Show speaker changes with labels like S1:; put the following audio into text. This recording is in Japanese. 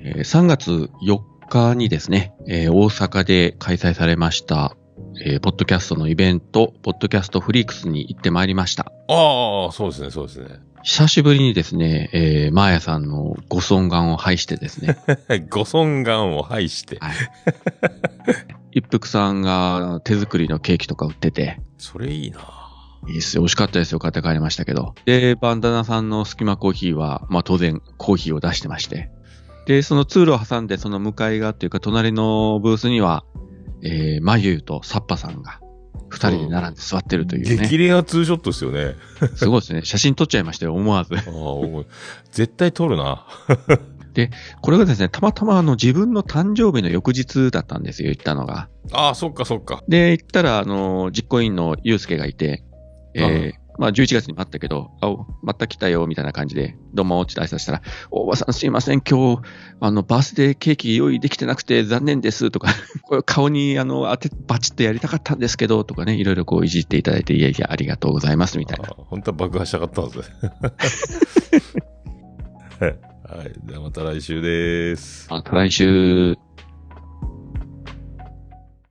S1: えー3月4日にですね、えー大阪で開催されました、えーポッドキャストのイベント、ポッドキャストフリークスに行ってまいりました。
S2: ああ、そうですね、そうですね。
S1: 久しぶりにですね、えー、マーヤさんのご尊願を拝してですね、
S2: ご尊願を拝して。
S1: はい一服さんが手作りのケーキとか売ってて、
S2: それいいない
S1: いっすよ。美味しかったですよ。買って帰りましたけど。で、バンダナさんの隙間コーヒーは、まあ当然コーヒーを出してまして。で、その通路を挟んで、その向かい側っていうか隣のブースには、えー、マユーとサッパさんが、二人で並んで座ってるという
S2: 激
S1: ね。
S2: レアツーショットですよね。
S1: すごいですね。写真撮っちゃいましたよ。思わず。
S2: ああ、おい絶対撮るな。
S1: これがですね、たまたまあの自分の誕生日の翌日だったんですよ。行ったのが。
S2: ああ、そっかそっか。
S1: で、行ったら、あの、実行委員のゆうすけがいて、えー
S2: うん
S1: まあ、11月にもあったけど、あ、おまた来たよ、みたいな感じで、どうも、って挨拶したら、おばさんすいません、今日、あの、バースデーケーキ用意できてなくて残念です、とか、 これ顔に、あの、当て、バチッとやりたかったんですけど、とかね、いろいろこう、いじっていただいて、いやいや、ありがとうございます、みたいな。
S2: あー本当は爆破したかったんですね。 はい。じゃあまた来週です。
S1: また来週、